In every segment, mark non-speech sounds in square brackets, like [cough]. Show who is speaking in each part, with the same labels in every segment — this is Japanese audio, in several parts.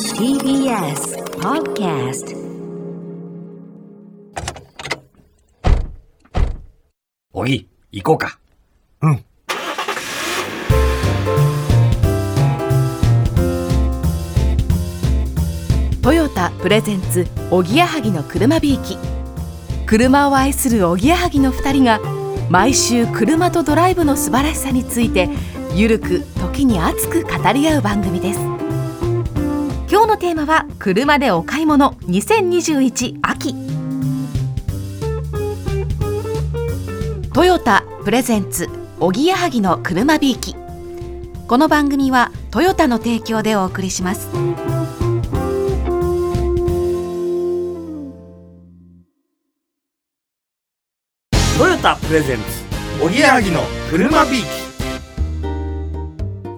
Speaker 1: TBS Podcast
Speaker 2: おぎ、行こうか。
Speaker 3: トヨタプレゼンツおぎやはぎの車びいき車を愛するおぎやはぎの2人が毎週車とドライブの素晴らしさについてゆるく時に熱く語り合う番組です今日のテーマは車でお買い物2021秋トヨタプレゼンツおぎやはぎの車びいきこの番組はトヨタの提供でお送りします
Speaker 2: トヨタプレゼンツ、おぎやはぎの車ビーキ。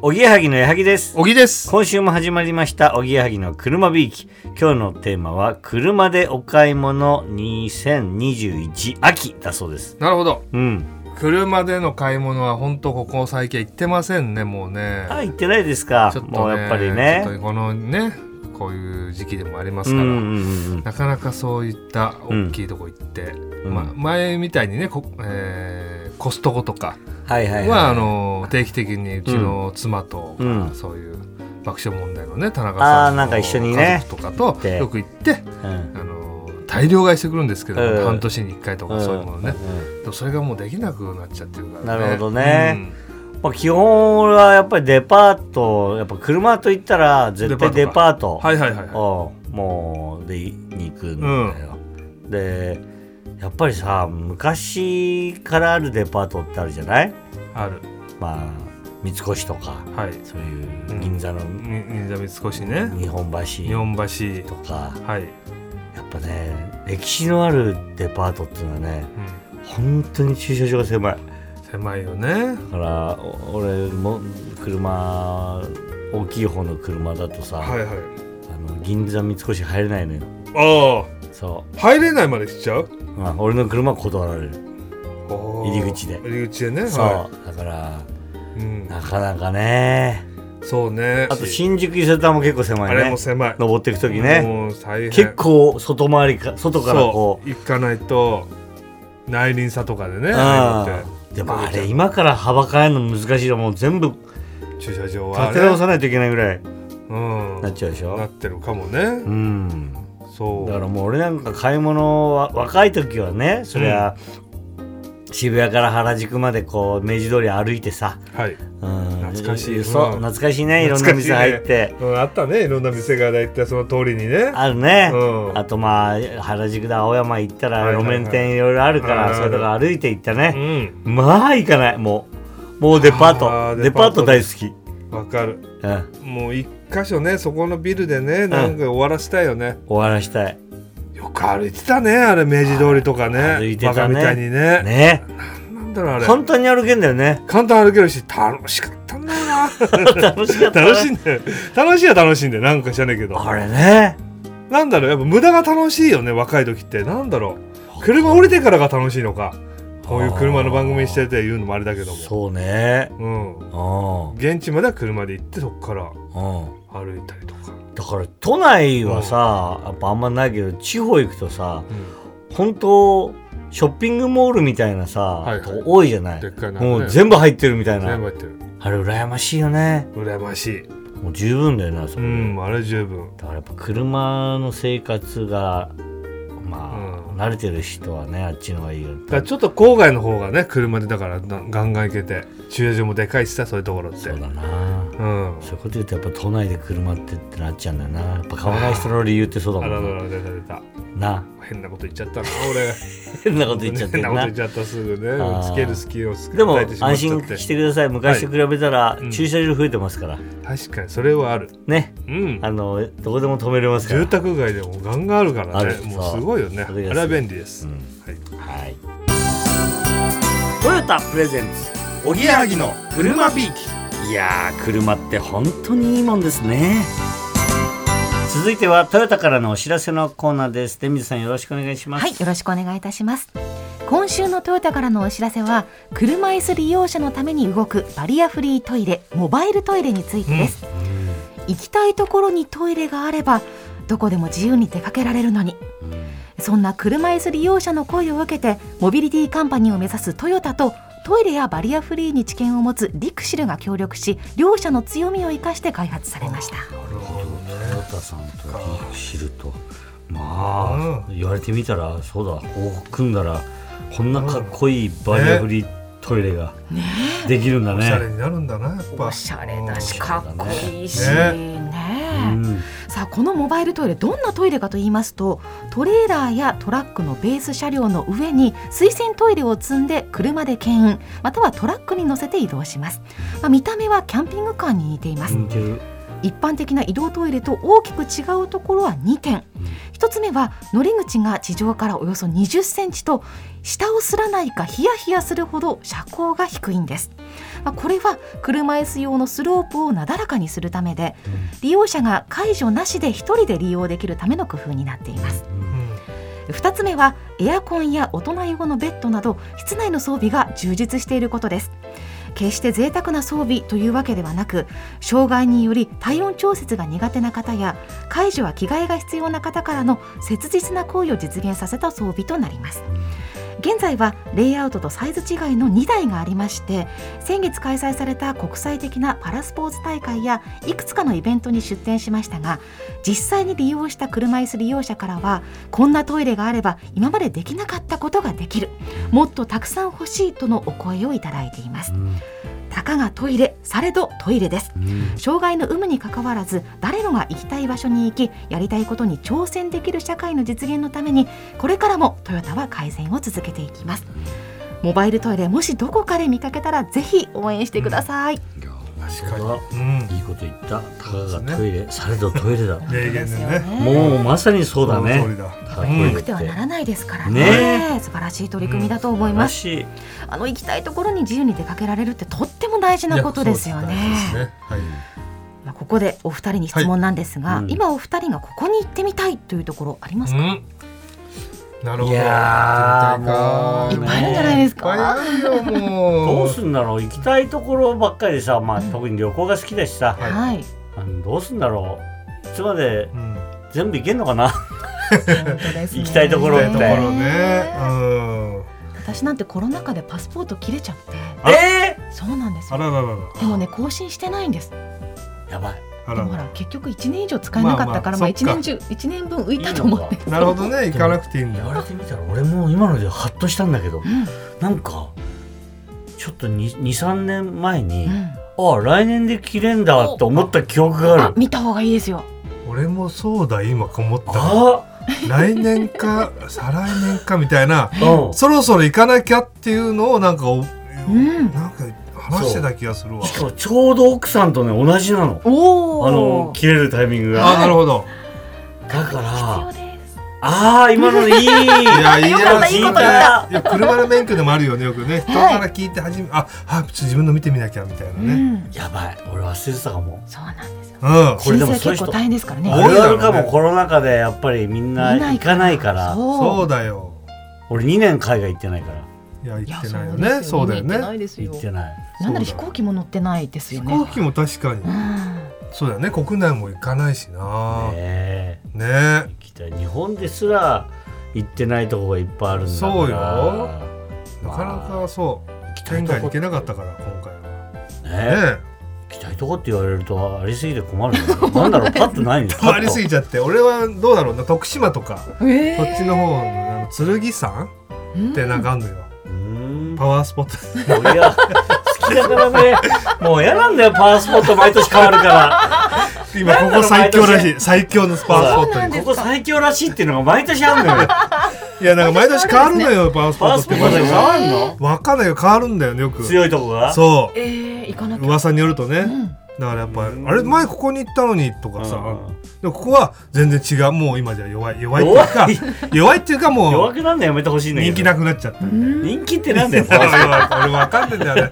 Speaker 2: おぎやはぎの矢作です。
Speaker 4: 小木です。
Speaker 2: 今週も始まりました、おぎやはぎの車ビーキ。今日のテーマは、車でお買い物2021秋だそうです。
Speaker 4: なるほど。
Speaker 2: うん。
Speaker 4: 車での買い物は本当ここ最近行ってませんね、もうね。
Speaker 2: あ、行ってないですか
Speaker 4: ちょっとね、
Speaker 2: もうやっぱり
Speaker 4: ちょっ
Speaker 2: ね。
Speaker 4: とこのね、こういう時期でもあります
Speaker 2: うん
Speaker 4: か
Speaker 2: う
Speaker 4: ら。
Speaker 2: んうんうん。
Speaker 4: なかなかそういった
Speaker 2: うん
Speaker 4: 大きいとこ行って、
Speaker 2: ん
Speaker 4: まあ前みたいにねこ、えーコストコとか
Speaker 2: はいはい、
Speaker 4: はあ
Speaker 2: はい。
Speaker 4: の定期的にうちの妻とか、
Speaker 2: うん
Speaker 4: そういう爆笑問題のね田中
Speaker 2: あ
Speaker 4: さ
Speaker 2: ー
Speaker 4: ん
Speaker 2: なんか一緒にね
Speaker 4: 家族とかと
Speaker 2: で
Speaker 4: よく行って
Speaker 2: うん
Speaker 4: あの大量買いしてくるんですけど、
Speaker 2: うん
Speaker 4: 半年に1回とかそういうものね、
Speaker 2: うん
Speaker 4: でもそれがもうできなくなっちゃってるからね。
Speaker 2: なるほどねまあ、基本はやっぱりデパート、やっぱ車といったら絶対
Speaker 4: デ
Speaker 2: デパ
Speaker 4: パ
Speaker 2: ート。
Speaker 4: うんはいはいはいは
Speaker 2: うんもうでに行くんだよ、でやっぱりさ昔からあるデパートってあるじゃない
Speaker 4: い。ある。
Speaker 2: まあ三越とか
Speaker 4: はい。
Speaker 2: そういう銀座の
Speaker 4: に銀座三越ね。
Speaker 2: 日本
Speaker 4: 日
Speaker 2: 橋
Speaker 4: 本橋。
Speaker 2: とか、
Speaker 4: はい。うん
Speaker 2: やっぱね歴史のあるデパートっていうのはね本当に駐車場が狭い
Speaker 4: 狭いよね。
Speaker 2: だからお俺も車大きい方の車だとさ、
Speaker 4: はいはい。
Speaker 2: あの銀座三越入れないのよ
Speaker 4: あ
Speaker 2: そ
Speaker 4: あ、入れないまで来ちゃう
Speaker 2: う、まあ、俺の車は断られる入り口で
Speaker 4: 入り口でね。は
Speaker 2: そうだから
Speaker 4: い。うん。
Speaker 2: なかなかね
Speaker 4: そうね。
Speaker 2: あと新宿伊勢丹も結構狭
Speaker 4: あ
Speaker 2: い
Speaker 4: れ
Speaker 2: ね
Speaker 4: も狭い。
Speaker 2: 登っていく時ね
Speaker 4: もう大変。
Speaker 2: 結構外回りか外からこ
Speaker 4: そう。行かないと、内輪差とかでね。
Speaker 2: う
Speaker 4: ああいうのっ
Speaker 2: うんでもあれ今から幅変えるの難しいよもう全部
Speaker 4: て駐車場はあ
Speaker 2: 立
Speaker 4: れ。
Speaker 2: て直さないといけないぐらい
Speaker 4: うん。
Speaker 2: なっちゃうでし
Speaker 4: な
Speaker 2: ょ
Speaker 4: ってるかもね
Speaker 2: う。ん
Speaker 4: そう。
Speaker 2: だからもう俺なんか買い物は若い時はねそりゃ、渋谷から原宿までこう明治通り歩いてさ、
Speaker 4: はい。
Speaker 2: うん、
Speaker 4: 懐かしい
Speaker 2: そう
Speaker 4: うん
Speaker 2: 懐かしいねいろんな店入っ
Speaker 4: 懐
Speaker 2: て、
Speaker 4: かしいねうん、あったねいろんな店が大体その通りにね
Speaker 2: あるね、
Speaker 4: うん
Speaker 2: あとまあ原宿で青山行ったら
Speaker 4: はいはい
Speaker 2: 路
Speaker 4: はい
Speaker 2: 面店いろいろあるから、
Speaker 4: あるある
Speaker 2: そういうとこ歩いて行った
Speaker 4: う
Speaker 2: ね、
Speaker 4: ん
Speaker 2: まあ行かないもうもうデパー
Speaker 4: あ
Speaker 2: ト
Speaker 4: ー
Speaker 2: デパート大好き、
Speaker 4: わかる
Speaker 2: うん、
Speaker 4: もう一箇所ねそこのビルでねなんか終わらせたいよね、
Speaker 2: 終わらしたい
Speaker 4: よく歩いてたねあれ明治通りとかね
Speaker 2: 歩いてた
Speaker 4: バカみたいに
Speaker 2: ね
Speaker 4: ね
Speaker 2: ね
Speaker 4: なんだろうあれ
Speaker 2: 簡単に歩けんだよね [laughs]
Speaker 4: 簡単に歩けるし楽しかったんだよな
Speaker 2: 楽しかったね
Speaker 4: 楽しいんだよ楽しいは楽しいんだよなんか知らないけど
Speaker 2: あれね
Speaker 4: なんだろうやっぱ無駄が楽しいよね若い時ってなんだろう車降りてからが楽しいのかこういう車の番組してて言うのもあれだけども
Speaker 2: そうね
Speaker 4: うん
Speaker 2: うん
Speaker 4: 現地までは車で行ってそこから
Speaker 2: うん
Speaker 4: 歩いたりとか、
Speaker 2: だから都内はさ、やっぱあんまないけど地方行くとさ
Speaker 4: う
Speaker 2: 本当ショッピングモールみたいなさ、
Speaker 4: はいはい
Speaker 2: とこ多いじゃない
Speaker 4: ん、でっかいな、ね、
Speaker 2: もう全部入ってるみたいな
Speaker 4: 全部入ってる
Speaker 2: あれ羨ましいよね
Speaker 4: 羨ましい
Speaker 2: もう十分だよなそこ
Speaker 4: う
Speaker 2: で、
Speaker 4: んあれ十分
Speaker 2: だからやっぱ車の生活がまあ、
Speaker 4: うん
Speaker 2: 慣れてる人はねあっちの方がいいよ
Speaker 4: だからちょっと郊外の方がね車でだからなガンガン行けて駐車場もでかいしさそういうところって
Speaker 2: そうだな
Speaker 4: うん
Speaker 2: そういうこと言うとやっぱ都内で車ってってなっちゃうんだよなやっぱ買わない人の理由ってそう
Speaker 4: あ
Speaker 2: だ
Speaker 4: ら
Speaker 2: も
Speaker 4: らら
Speaker 2: ん
Speaker 4: 出た出た
Speaker 2: な
Speaker 4: 変なこと言っちゃったな俺
Speaker 2: 変なこと [laughs] 言っちゃって
Speaker 4: 変な
Speaker 2: る
Speaker 4: こと言
Speaker 2: な
Speaker 4: っちゃったすぐ
Speaker 2: あー
Speaker 4: ねつけるスキーをつけ
Speaker 2: でも
Speaker 4: 叩いまっ
Speaker 2: 安
Speaker 4: ちゃっ
Speaker 2: 心してください昔と比べたら
Speaker 4: うん
Speaker 2: 駐車場増えてますから、
Speaker 4: 確かにそれはある
Speaker 2: ね
Speaker 4: うん
Speaker 2: あのどこでも止めれますから
Speaker 4: 住宅街でもガンガンあるから
Speaker 2: ある
Speaker 4: ねもう
Speaker 2: そう
Speaker 4: すごいよねあ
Speaker 2: それ
Speaker 4: れは
Speaker 2: が
Speaker 4: 便利です、
Speaker 2: うん
Speaker 4: はい
Speaker 2: はい
Speaker 5: トヨタプレゼンツおぎやはぎの車ビーキ
Speaker 2: いやー車って本当にいいもんですね続いてはトヨタからのお知らせのコーナーです出水さんよろしくお願いします
Speaker 3: はい、よろしくお願いいたします。今週のトヨタからのお知らせは、車椅子利用者のために動くバリアフリートイレ、モバイルトイレについてです。行きたいところにトイレがあればどこでも自由に出かけられるのにそんな車椅子利用者の声を受けてモビリティカンパニーを目指すトヨタとトイレやバリアフリーに知見を持つリクシルが協力し両者の強みを生かして開発されました
Speaker 2: なるほどトヨタさんとリクシルとまあ、言われてみたらそうだこう組んだらこんなかっこいいバリアフリートイレができるんだ
Speaker 4: おしゃれ
Speaker 2: ね。
Speaker 4: になるんだなやっぱ
Speaker 3: おしゃれだし
Speaker 2: うん
Speaker 3: かっこいいし
Speaker 4: ね
Speaker 3: ね
Speaker 2: うん
Speaker 3: さあこのモバイルトイレどんなトイレかと言いますとトレーラーやトラックのベース車両の上に水洗トイレを積んで車で牽引またはトラックに乗せて移動します、まあ、見た目はキャンピングカーに似ています
Speaker 2: 似てる
Speaker 3: 一般的な移動トイレと大きく違うところは2点1つ目は乗り口が地上からおよそ2 0センチと下をすらないかヒヤヒヤするほど車高が低いんですまあこれは車椅子用のスロープをなだらかにするためで利用者が介助なしで1人で利用できるための工夫になっています
Speaker 4: うん
Speaker 3: 2つ目はエアコンや大人用のベッドなど室内の装備が充実していることです決して贅沢な装備というわけではなく障害により体温調節が苦手な方や介助は着替えが必要な方からの切実な行為を実現させた装備となります現在はレイアウトとサイズ違いの2台がありまして先月開催された国際的なパラスポーツ大会やいくつかのイベントに出展しましたが実際に利用した車椅子利用者からはこんなトイレがあれば今までできなかったことができるもっとたくさん欲しいとのお声をいただいています
Speaker 2: うん
Speaker 3: たかがトイレされどトイレです
Speaker 2: うん
Speaker 3: 障害の有無にかかわらず誰もが行きたい場所に行きやりたいことに挑戦できる社会の実現のためにこれからもトヨタは改善を続けていきますモバイルトイレもしどこかで見かけたらぜひ応援してください、
Speaker 2: いや
Speaker 4: 確
Speaker 2: 本
Speaker 4: うん
Speaker 2: 当だいいこと言ったたか
Speaker 4: そ
Speaker 2: が
Speaker 4: うですね
Speaker 2: トイレ
Speaker 4: [laughs]
Speaker 2: されどトイレだ
Speaker 4: 名言でね
Speaker 2: もうまさにそうだね
Speaker 4: その通りだ
Speaker 2: かっこいい
Speaker 3: なくてはならないですからね
Speaker 2: ね
Speaker 3: 素晴らしい取り組みだと思い
Speaker 2: ら
Speaker 3: ます、
Speaker 2: しい
Speaker 3: あの行きたいところに自由に出かけられるってとっても大事なことですよね
Speaker 4: いやそうですねはい
Speaker 3: まあここでお二人に質問なんですが、
Speaker 2: はいうん
Speaker 3: 今お二人がここに行ってみたいというところありますか、
Speaker 4: うんなるほど
Speaker 2: いやーもう
Speaker 3: いっぱいあるんじゃないですか
Speaker 4: いっぱいあるよも
Speaker 2: ど
Speaker 4: う
Speaker 2: うすんだろう行きたいところばっかりでさ、まあ、特に旅行が好きだしさ、
Speaker 4: はい
Speaker 3: はい、
Speaker 2: あのどうすんだろういつまで
Speaker 4: うん
Speaker 2: 全部行けんのかな
Speaker 3: 本当ですね
Speaker 2: [laughs] 行きたいところ
Speaker 4: 行
Speaker 2: っ
Speaker 4: き
Speaker 2: て
Speaker 4: たいところねうん
Speaker 3: 私なんてコロナ禍でパスポート切れちゃって
Speaker 2: え
Speaker 3: そうなんです
Speaker 4: あ
Speaker 3: よ
Speaker 4: らららら
Speaker 3: でもね更新してないんですで
Speaker 2: ー、やばい
Speaker 4: あら
Speaker 3: もほら結局1年以上使えなかったから、まあ
Speaker 4: まあまあそっ
Speaker 3: 一
Speaker 4: か
Speaker 3: 年中一年分浮いたと思って
Speaker 2: いい
Speaker 4: なるほどね行かなくていいん
Speaker 2: 言わ
Speaker 4: だ
Speaker 2: れてみたら俺も今のでハッとしたんだけど
Speaker 3: うん
Speaker 2: なんかちょっと23年前に、
Speaker 3: うん
Speaker 2: ああ来年で切れんだって思った記憶があ
Speaker 3: あ
Speaker 2: る
Speaker 3: 見た方がいいですよ
Speaker 4: 俺もそうだ今こもった
Speaker 2: あ
Speaker 4: 来年か再来年かみたいな
Speaker 2: あうん
Speaker 4: そろそろ行かなきゃっていうのをなんかお
Speaker 3: うん
Speaker 4: なんか話してた気がするわ
Speaker 2: しかもちょうど奥さんとね同じなの
Speaker 3: おお
Speaker 2: あの切れるタイミング
Speaker 4: あ
Speaker 2: が
Speaker 4: なるほど
Speaker 2: だから
Speaker 3: 必要
Speaker 2: あ
Speaker 3: です
Speaker 2: あー今のでいい
Speaker 4: い
Speaker 2: [laughs]
Speaker 4: やいいじゃん
Speaker 2: いいこと言った
Speaker 4: や車の免許でもあるよねよくね人から聞いて始めああちょっと自分の見てみなきゃみたいな
Speaker 3: う
Speaker 4: ね
Speaker 3: ん
Speaker 2: やばい俺忘れてたかも
Speaker 3: そうなんですよ
Speaker 4: うん
Speaker 2: これ
Speaker 3: 申
Speaker 2: でも
Speaker 3: 請
Speaker 2: そう
Speaker 3: 結
Speaker 2: いう人
Speaker 3: 構大変ですからね
Speaker 4: 多
Speaker 2: あ
Speaker 4: い
Speaker 2: る
Speaker 4: だ
Speaker 2: あ
Speaker 4: ろう
Speaker 2: る
Speaker 4: ね
Speaker 2: かもコロナ禍でやっぱりみんな行かないから
Speaker 4: そ
Speaker 3: そう
Speaker 4: だよ
Speaker 2: 俺2年海外行ってないから
Speaker 4: いや
Speaker 3: い
Speaker 4: 行
Speaker 3: や
Speaker 4: ってないよ
Speaker 3: です
Speaker 4: ねそうだよ
Speaker 3: 見に行ってな
Speaker 4: ね
Speaker 3: いですよ
Speaker 2: 行ってない
Speaker 3: なんなら飛行機も乗ってないです
Speaker 4: 飛
Speaker 3: よね
Speaker 4: 行機も確かに
Speaker 3: うん
Speaker 4: そうだよね国内も行かないしな
Speaker 2: ねえ
Speaker 4: ね
Speaker 2: 行きたい日本ですら行ってないとこがいっぱいあるんだから
Speaker 4: そうよな
Speaker 2: まあ
Speaker 4: かなかそう
Speaker 2: 行きたい
Speaker 4: 県
Speaker 2: と
Speaker 4: 外に
Speaker 2: こ
Speaker 4: 行けなかったから今回は
Speaker 2: ね
Speaker 4: ね
Speaker 2: 行きたいとこって言われるとありすぎて [laughs] 困るねなんだろうパッとない
Speaker 4: [laughs]
Speaker 2: んだ
Speaker 4: え回りすぎちゃって俺はどうだろうな徳島とか
Speaker 3: え
Speaker 4: こっちの方のあの剣山
Speaker 3: うん
Speaker 4: ってなんかあんのよ
Speaker 2: うーん
Speaker 4: パワースポット
Speaker 2: 俺が好きだからねもう嫌なんだよパワースポット毎年変わるから
Speaker 4: 今ここ最強らしい最強のスパワースポットに
Speaker 2: ここ最強らしいっていうのが毎年あんのよ
Speaker 4: いやなんか毎年変わるのよパワースポ
Speaker 2: パ
Speaker 4: ット
Speaker 2: ワー
Speaker 4: っ
Speaker 2: ス
Speaker 4: て
Speaker 2: ポットで変わんの
Speaker 4: わかんないよ変わるんだよねよく
Speaker 2: 強いとこが
Speaker 4: そ
Speaker 3: えー行かな
Speaker 4: う
Speaker 3: きゃ
Speaker 4: 噂によるとね、
Speaker 3: うん
Speaker 4: だからやっぱ
Speaker 2: うん
Speaker 4: あれ前ここに行ったのにとかさ、
Speaker 2: うん
Speaker 4: でもここは全然違うもう今じゃ弱い弱いっていうか弱いっていうかも
Speaker 2: 弱
Speaker 4: う
Speaker 2: くなんのやめてほしいんだけ
Speaker 4: 人
Speaker 2: ど
Speaker 4: 気なくなっちゃった。
Speaker 2: 人気ってなんだよパ
Speaker 4: 俺
Speaker 2: ワースポット
Speaker 4: は俺分かってんだよね。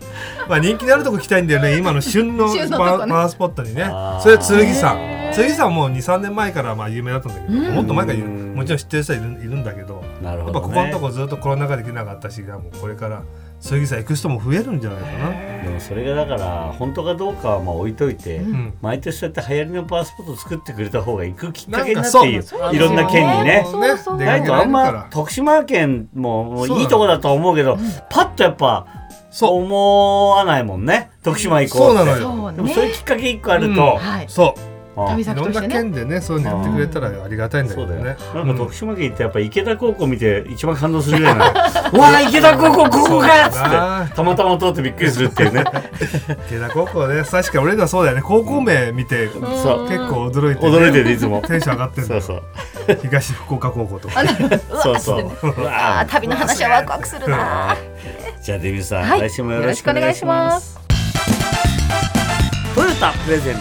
Speaker 4: まあ人気のあるとこ行きたいんだよね。今の旬の
Speaker 3: 旬のとこね
Speaker 4: パワーパワースポットにね
Speaker 2: あー。
Speaker 4: それ剣山。杉さんはもう23年前からまあ有名だったんだけど、
Speaker 6: うん
Speaker 4: もっと前からいる
Speaker 2: うん
Speaker 4: もちろん知ってる人はいるいるんだけど
Speaker 2: なる
Speaker 4: [laughs] や
Speaker 2: ほ
Speaker 4: っ
Speaker 2: ど、
Speaker 4: ぱ
Speaker 2: ね、
Speaker 4: ここのとこずっとコロナ禍できなかったしもうこれから杉さん行く人も増えるんじゃないかな。
Speaker 2: でもそれがだから本当かどうかはまあ置いといて、
Speaker 4: ん
Speaker 2: 毎年そうやって流行りのパスポートを作ってくれた方が行くきっ
Speaker 4: な
Speaker 2: か
Speaker 4: ん
Speaker 2: けに
Speaker 4: か
Speaker 2: なっ
Speaker 4: そう
Speaker 2: ていいよ
Speaker 4: そう
Speaker 2: いろんな県にね。
Speaker 4: そうね
Speaker 6: そうそう
Speaker 4: 出
Speaker 2: な
Speaker 4: か
Speaker 2: ん
Speaker 4: け
Speaker 2: からあ
Speaker 4: れ
Speaker 2: ん
Speaker 4: る
Speaker 2: ま
Speaker 4: か
Speaker 2: 徳島県もも
Speaker 4: そ
Speaker 2: う
Speaker 4: うだね
Speaker 2: いいとこだと思うけど、パッとやっぱ
Speaker 4: そう
Speaker 2: 思わないもんね徳島
Speaker 4: ら
Speaker 2: 行こ
Speaker 4: そ
Speaker 2: う
Speaker 4: う
Speaker 2: っ
Speaker 4: な
Speaker 2: て
Speaker 4: のよ
Speaker 6: そう
Speaker 2: でもそういう
Speaker 6: ね
Speaker 2: きっかけ一個ある
Speaker 4: うん
Speaker 2: と、
Speaker 6: はい
Speaker 4: そ
Speaker 2: あ
Speaker 6: 旅
Speaker 4: うい
Speaker 6: 先
Speaker 4: ろ
Speaker 6: と
Speaker 4: ん
Speaker 6: し
Speaker 4: な
Speaker 6: てね
Speaker 4: 県でねそういうのやってくれたらありがたいんだけ
Speaker 2: そう
Speaker 4: ど
Speaker 2: だよ
Speaker 4: ね
Speaker 2: ね。な
Speaker 4: うん
Speaker 2: か
Speaker 4: ん
Speaker 2: 徳島県行ってやっぱ池田高校見て一番感動するぐらいなの
Speaker 4: [laughs]
Speaker 2: わあ池田高校ここかっつ
Speaker 4: そうだな
Speaker 2: ってたまたま通ってびっくりするっていうね
Speaker 4: 池田高校ね確かに俺らそうだよね高校名見て結
Speaker 2: そう
Speaker 4: 構驚いてね
Speaker 2: 驚いてるいつも
Speaker 4: テンション上がってるんだ
Speaker 2: そ
Speaker 4: よ
Speaker 2: うそう
Speaker 4: 東福岡高校とか
Speaker 6: あなるほど
Speaker 2: そうそう
Speaker 6: わ
Speaker 2: うわ
Speaker 6: あ
Speaker 2: あ
Speaker 6: ー旅の話はワクワクするな
Speaker 2: じゃあデビューさん、
Speaker 6: はい
Speaker 2: 来週もよろしくお願いします
Speaker 7: トヨタプレゼンツ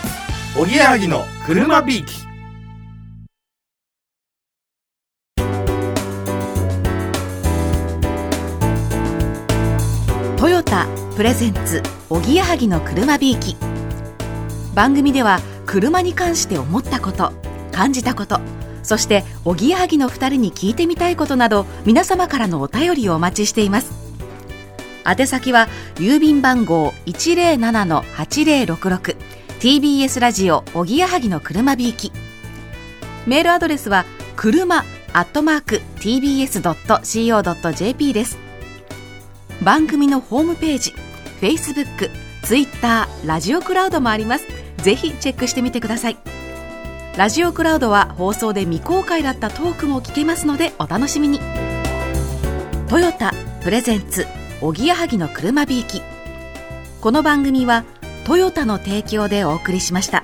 Speaker 7: おぎやはぎの車びいき
Speaker 6: トヨタプレゼンツおぎやはぎの車びいき番組では車に関して思ったこと感じたことそしておぎやはぎの2人に聞いてみたいことなど皆様からのお便りをお待ちしています宛先は郵便番号 107-8066TBS ラジオおぎやはぎの車びいきメールアドレスは車アットマーク TBS.CO.jp です番組のホームページ Facebook、Twitter、ラジオクラウドもありますぜひチェックしてみてくださいラジオクラウドは放送で未公開だったトークも聞けますのでお楽しみにトヨタプレゼンツおぎやはぎの車びいきこの番組はトヨタの提供でお送りしました。